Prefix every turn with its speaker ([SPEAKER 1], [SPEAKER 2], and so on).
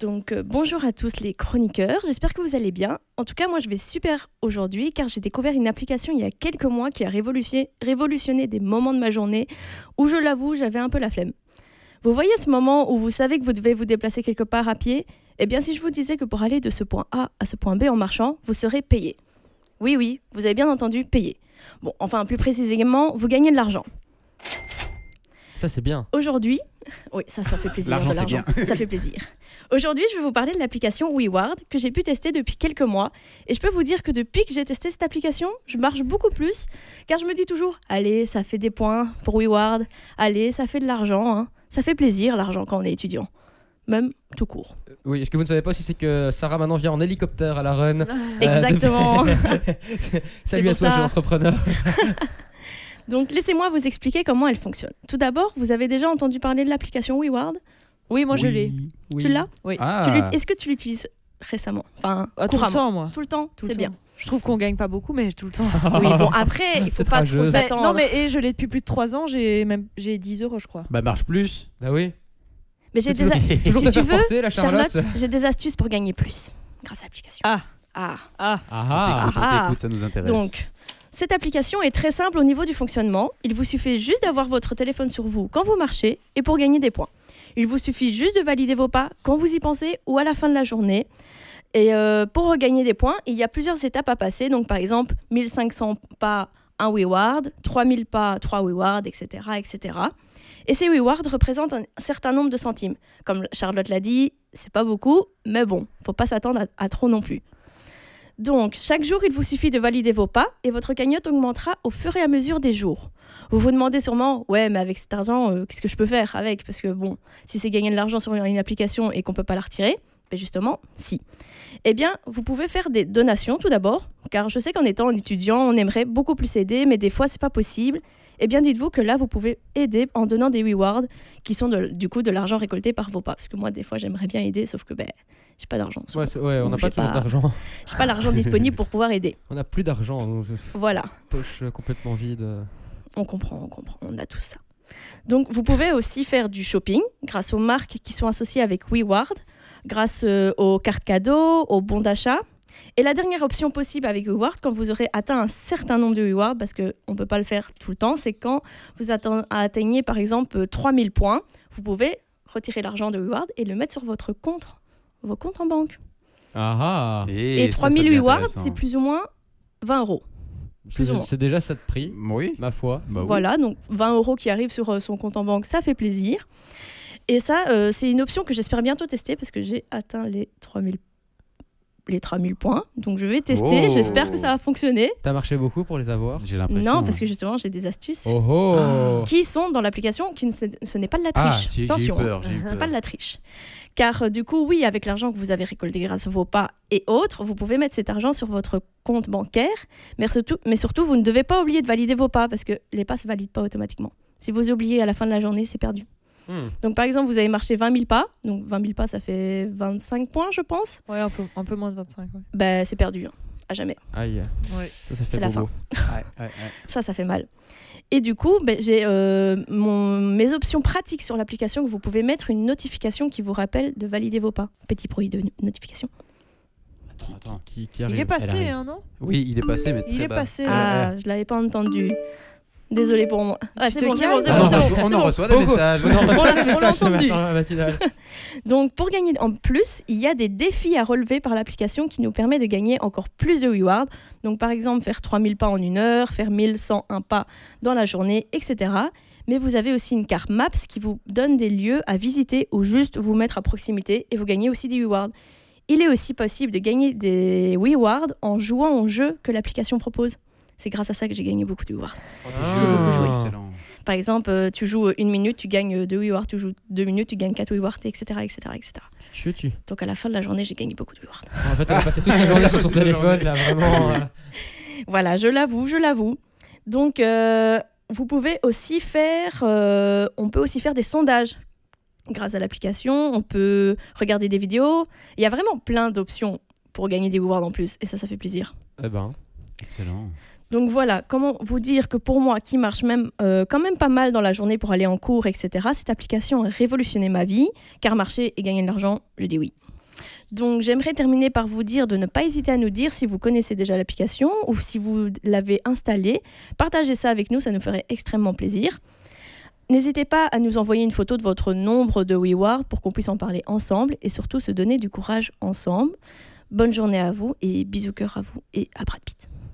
[SPEAKER 1] Donc euh, bonjour à tous les chroniqueurs, j'espère que vous allez bien. En tout cas, moi je vais super aujourd'hui car j'ai découvert une application il y a quelques mois qui a révolutionné, révolutionné des moments de ma journée où je l'avoue, j'avais un peu la flemme. Vous voyez ce moment où vous savez que vous devez vous déplacer quelque part à pied Eh bien, si je vous disais que pour aller de ce point A à ce point B en marchant, vous serez payé. Oui, oui, vous avez bien entendu, payé. Bon, enfin, plus précisément, vous gagnez de l'argent.
[SPEAKER 2] Ça, c'est bien.
[SPEAKER 1] Aujourd'hui, oui, ça, ça fait plaisir.
[SPEAKER 3] L'argent,
[SPEAKER 1] de
[SPEAKER 3] c'est
[SPEAKER 1] ça fait plaisir. Aujourd'hui, je vais vous parler de l'application WeWard que j'ai pu tester depuis quelques mois. Et je peux vous dire que depuis que j'ai testé cette application, je marche beaucoup plus car je me dis toujours allez, ça fait des points pour WeWard, allez, ça fait de l'argent. hein. Ça fait plaisir l'argent quand on est étudiant. Même tout court.
[SPEAKER 2] Oui, ce que vous ne savez pas aussi, c'est que Sarah maintenant vient en hélicoptère à la run.
[SPEAKER 4] Euh,
[SPEAKER 1] Exactement.
[SPEAKER 2] Salut à
[SPEAKER 1] pour
[SPEAKER 2] toi,
[SPEAKER 1] ça.
[SPEAKER 2] jeune entrepreneur.
[SPEAKER 1] Donc laissez-moi vous expliquer comment elle fonctionne. Tout d'abord, vous avez déjà entendu parler de l'application WeWard
[SPEAKER 4] Oui, moi je l'ai.
[SPEAKER 1] Tu l'as
[SPEAKER 4] Oui.
[SPEAKER 3] Ah.
[SPEAKER 1] Tu l'ut- Est-ce que tu l'utilises récemment Enfin,
[SPEAKER 4] Ah, tout le
[SPEAKER 1] couramment.
[SPEAKER 4] temps, moi.
[SPEAKER 1] Tout le temps,
[SPEAKER 4] Tout le
[SPEAKER 1] c'est
[SPEAKER 4] temps.
[SPEAKER 1] bien.
[SPEAKER 4] Je trouve qu'on gagne pas beaucoup, mais tout le temps.
[SPEAKER 1] Oui, bon, après, il faut
[SPEAKER 2] Cette
[SPEAKER 1] pas trop
[SPEAKER 2] rageuse.
[SPEAKER 4] Mais-
[SPEAKER 1] s'attendre.
[SPEAKER 4] non, mais et je l'ai depuis plus de 3 ans, j'ai même j'ai 10 euros, je crois.
[SPEAKER 3] Bah marche plus.
[SPEAKER 2] Bah oui.
[SPEAKER 1] Mais j'ai
[SPEAKER 2] C'est
[SPEAKER 1] des, a-
[SPEAKER 2] Toujours
[SPEAKER 1] Si
[SPEAKER 2] te
[SPEAKER 1] tu
[SPEAKER 2] faire
[SPEAKER 1] veux,
[SPEAKER 2] porter, la Charlotte.
[SPEAKER 1] Charlotte, j'ai des astuces pour gagner plus grâce à l'application.
[SPEAKER 4] Ah.
[SPEAKER 1] Ah.
[SPEAKER 2] Ah, ah.
[SPEAKER 3] on t'écoute,
[SPEAKER 1] Ah.
[SPEAKER 3] on t'écoute, ça nous intéresse.
[SPEAKER 1] Donc, cette application est très simple au niveau du fonctionnement. Il vous suffit juste d'avoir votre téléphone sur vous quand vous marchez et pour gagner des points. Il vous suffit juste de valider vos pas quand vous y pensez ou à la fin de la journée. Et euh, pour regagner des points, il y a plusieurs étapes à passer. Donc, par exemple, 1500 pas, un reward, 3000 pas, 3 rewards, etc., etc. Et ces rewards représentent un certain nombre de centimes. Comme Charlotte l'a dit, c'est pas beaucoup, mais bon, faut pas s'attendre à- à trop non plus. Donc, chaque jour, il vous suffit de valider vos pas et votre cagnotte augmentera au fur et à mesure des jours. Vous vous demandez sûrement, ouais, mais avec cet argent, euh, qu'est-ce que je peux faire avec Parce que bon, si c'est gagner de l'argent sur une application et qu'on peut pas la retirer, ben justement, si. Eh bien, vous pouvez faire des donations tout d'abord, car je sais qu'en étant un étudiant, on aimerait beaucoup plus aider, mais des fois, c'est pas possible. Eh bien, dites-vous que là, vous pouvez aider en donnant des rewards, qui sont de- du coup de l'argent récolté par vos pas. Parce que moi, des fois, j'aimerais bien aider, sauf que ben, j'ai pas d'argent.
[SPEAKER 2] Ouais, c'est- ouais, on n'a
[SPEAKER 1] J'ai
[SPEAKER 2] pas toujours
[SPEAKER 1] pas-
[SPEAKER 2] d'argent.
[SPEAKER 1] J'ai pas l'argent disponible pour pouvoir aider.
[SPEAKER 2] On n'a plus d'argent. donc, euh,
[SPEAKER 1] Voilà.
[SPEAKER 2] Poche euh, complètement vide.
[SPEAKER 1] on comprend, on comprend, on a tout ça. Donc vous pouvez aussi faire du shopping grâce aux marques qui sont associées avec WeWard, grâce euh, aux cartes cadeaux, aux bons d'achat. Et la dernière option possible avec WeWard, quand vous aurez atteint un certain nombre de WeWard, parce qu'on ne peut pas le faire tout le temps, c'est quand vous atte- atteignez par exemple euh, 3000 points, vous pouvez retirer l'argent de WeWard et le mettre sur votre compte, vos comptes en banque.
[SPEAKER 2] Ah ah.
[SPEAKER 1] Et,
[SPEAKER 3] Eh, ça, ça
[SPEAKER 1] 3000
[SPEAKER 3] devient
[SPEAKER 1] WeWard,
[SPEAKER 3] intéressant. hein.
[SPEAKER 1] c'est plus ou moins 20 euros. plus ou
[SPEAKER 2] C'est
[SPEAKER 1] moins.
[SPEAKER 2] c'est déjà ça de prix.
[SPEAKER 3] Oui.
[SPEAKER 2] Ma foi.
[SPEAKER 3] Bah oui.
[SPEAKER 1] Voilà, donc 20 euros qui arrivent sur euh, son compte en banque, ça fait plaisir. Et ça, euh, c'est une option que j'espère bientôt tester parce que j'ai atteint les 3000 les 3000 points. Donc je vais tester,
[SPEAKER 3] Oh.
[SPEAKER 1] j'espère que ça va fonctionner.
[SPEAKER 2] T'as marché beaucoup pour les avoir.
[SPEAKER 3] J'ai l'impression. hein.
[SPEAKER 1] Non, parce que justement, j'ai des astuces
[SPEAKER 2] Oh
[SPEAKER 4] Ah.
[SPEAKER 2] oh.
[SPEAKER 1] qui sont dans l'application, qui ne, ce n'est pas de la
[SPEAKER 3] Ah,
[SPEAKER 1] triche.
[SPEAKER 3] j'ai- j'ai eu
[SPEAKER 1] Attention. hein.
[SPEAKER 3] peur, j'ai eu
[SPEAKER 1] C'est
[SPEAKER 3] peur.
[SPEAKER 1] pas de la triche. Car euh, du coup, oui, avec l'argent que vous avez récolté grâce à vos pas et autres, vous pouvez mettre cet argent sur votre compte bancaire. Mais surtout, mais surtout vous ne devez pas oublier de valider vos pas parce que les pas ne se valident pas automatiquement. Si vous oubliez à la fin de la journée, c'est perdu.
[SPEAKER 2] Hmm.
[SPEAKER 1] Donc par exemple, vous avez marché 20 000 pas. Donc 20 000 pas, ça fait 25 points, je pense.
[SPEAKER 4] Ouais, un peu, un peu moins de 25. Ouais.
[SPEAKER 1] Ben, c'est perdu. hein. À jamais.
[SPEAKER 2] Aïe.
[SPEAKER 4] Ouais.
[SPEAKER 2] Ça, ça fait
[SPEAKER 1] C'est la
[SPEAKER 2] bobo.
[SPEAKER 3] Ouais, ouais, ouais.
[SPEAKER 1] Ça, ça fait mal. Et du coup, ben, j'ai euh, mon- mes options pratiques sur l'application que vous pouvez mettre une notification qui vous rappelle de valider vos pas. Petit bruit de no- notification.
[SPEAKER 3] Attends, attends.
[SPEAKER 2] Qui, qui arrive
[SPEAKER 4] Il est
[SPEAKER 2] Elle
[SPEAKER 4] passé,
[SPEAKER 2] arrive.
[SPEAKER 4] hein, non
[SPEAKER 3] Oui, il est passé, mais très
[SPEAKER 4] Il est
[SPEAKER 3] bas.
[SPEAKER 4] passé.
[SPEAKER 1] Ah, je l'avais pas entendu. Désolée pour moi. Ah,
[SPEAKER 4] Tu
[SPEAKER 1] c'est
[SPEAKER 4] te
[SPEAKER 1] bon, c'est bon,
[SPEAKER 4] calmes
[SPEAKER 1] c'est
[SPEAKER 3] Ah,
[SPEAKER 1] bon,
[SPEAKER 3] on,
[SPEAKER 1] c'est
[SPEAKER 3] en
[SPEAKER 1] bon.
[SPEAKER 3] reçoit, on en
[SPEAKER 2] bon.
[SPEAKER 3] reçoit des
[SPEAKER 2] Bon, bon.
[SPEAKER 3] messages.
[SPEAKER 2] Non,
[SPEAKER 1] hein. On l'a-
[SPEAKER 2] des
[SPEAKER 1] on
[SPEAKER 2] messages ce
[SPEAKER 1] l'a entendu.
[SPEAKER 2] matin, à la matinale.
[SPEAKER 1] Donc, pour gagner en plus, il y a des défis à relever par l'application qui nous permet de gagner encore plus de rewards. Donc, par exemple, faire 3000 pas en une heure, faire 1101 pas dans la journée, etc. Mais vous avez aussi une carte Maps qui vous donne des lieux à visiter ou juste vous mettre à proximité et vous gagnez aussi des rewards. Il est aussi possible de gagner des rewards en jouant au jeu que l'application propose. C'est grâce à ça que j'ai gagné beaucoup de rewards.
[SPEAKER 2] Ah.
[SPEAKER 1] J'ai beaucoup joué.
[SPEAKER 3] Excellent.
[SPEAKER 1] Par exemple, euh, tu joues euh, une minute, tu gagnes euh, deux rewards, tu joues deux minutes, tu gagnes quatre rewards, etc., etc., etc.
[SPEAKER 2] Tu tu.
[SPEAKER 1] Donc à la fin de la journée, j'ai gagné beaucoup de rewards.
[SPEAKER 2] En fait, elle a passé toute sa journée sur son
[SPEAKER 3] Toute la
[SPEAKER 2] téléphone,
[SPEAKER 3] journée.
[SPEAKER 2] là, vraiment. euh,
[SPEAKER 1] Voilà, je l'avoue, je l'avoue. Donc euh, vous pouvez aussi faire, euh, on peut aussi faire des sondages grâce à l'application. On peut regarder des vidéos. Il y a vraiment plein d'options pour gagner des rewards en plus, et ça, ça fait plaisir.
[SPEAKER 2] Eh ben.
[SPEAKER 3] Excellent.
[SPEAKER 1] Donc voilà, comment vous dire que pour moi, qui marche même euh, quand même pas mal dans la journée pour aller en cours, etc., cette application a révolutionné ma vie, car marcher et gagner de l'argent, je dis oui. Donc j'aimerais terminer par vous dire de ne pas hésiter à nous dire si vous connaissez déjà l'application ou si vous l'avez installée. Partagez ça avec nous, ça nous ferait extrêmement plaisir. N'hésitez pas à nous envoyer une photo de votre nombre de WeWard pour qu'on puisse en parler ensemble et surtout se donner du courage ensemble. Bonne journée à vous et bisous cœur à vous et à Brad Pitt.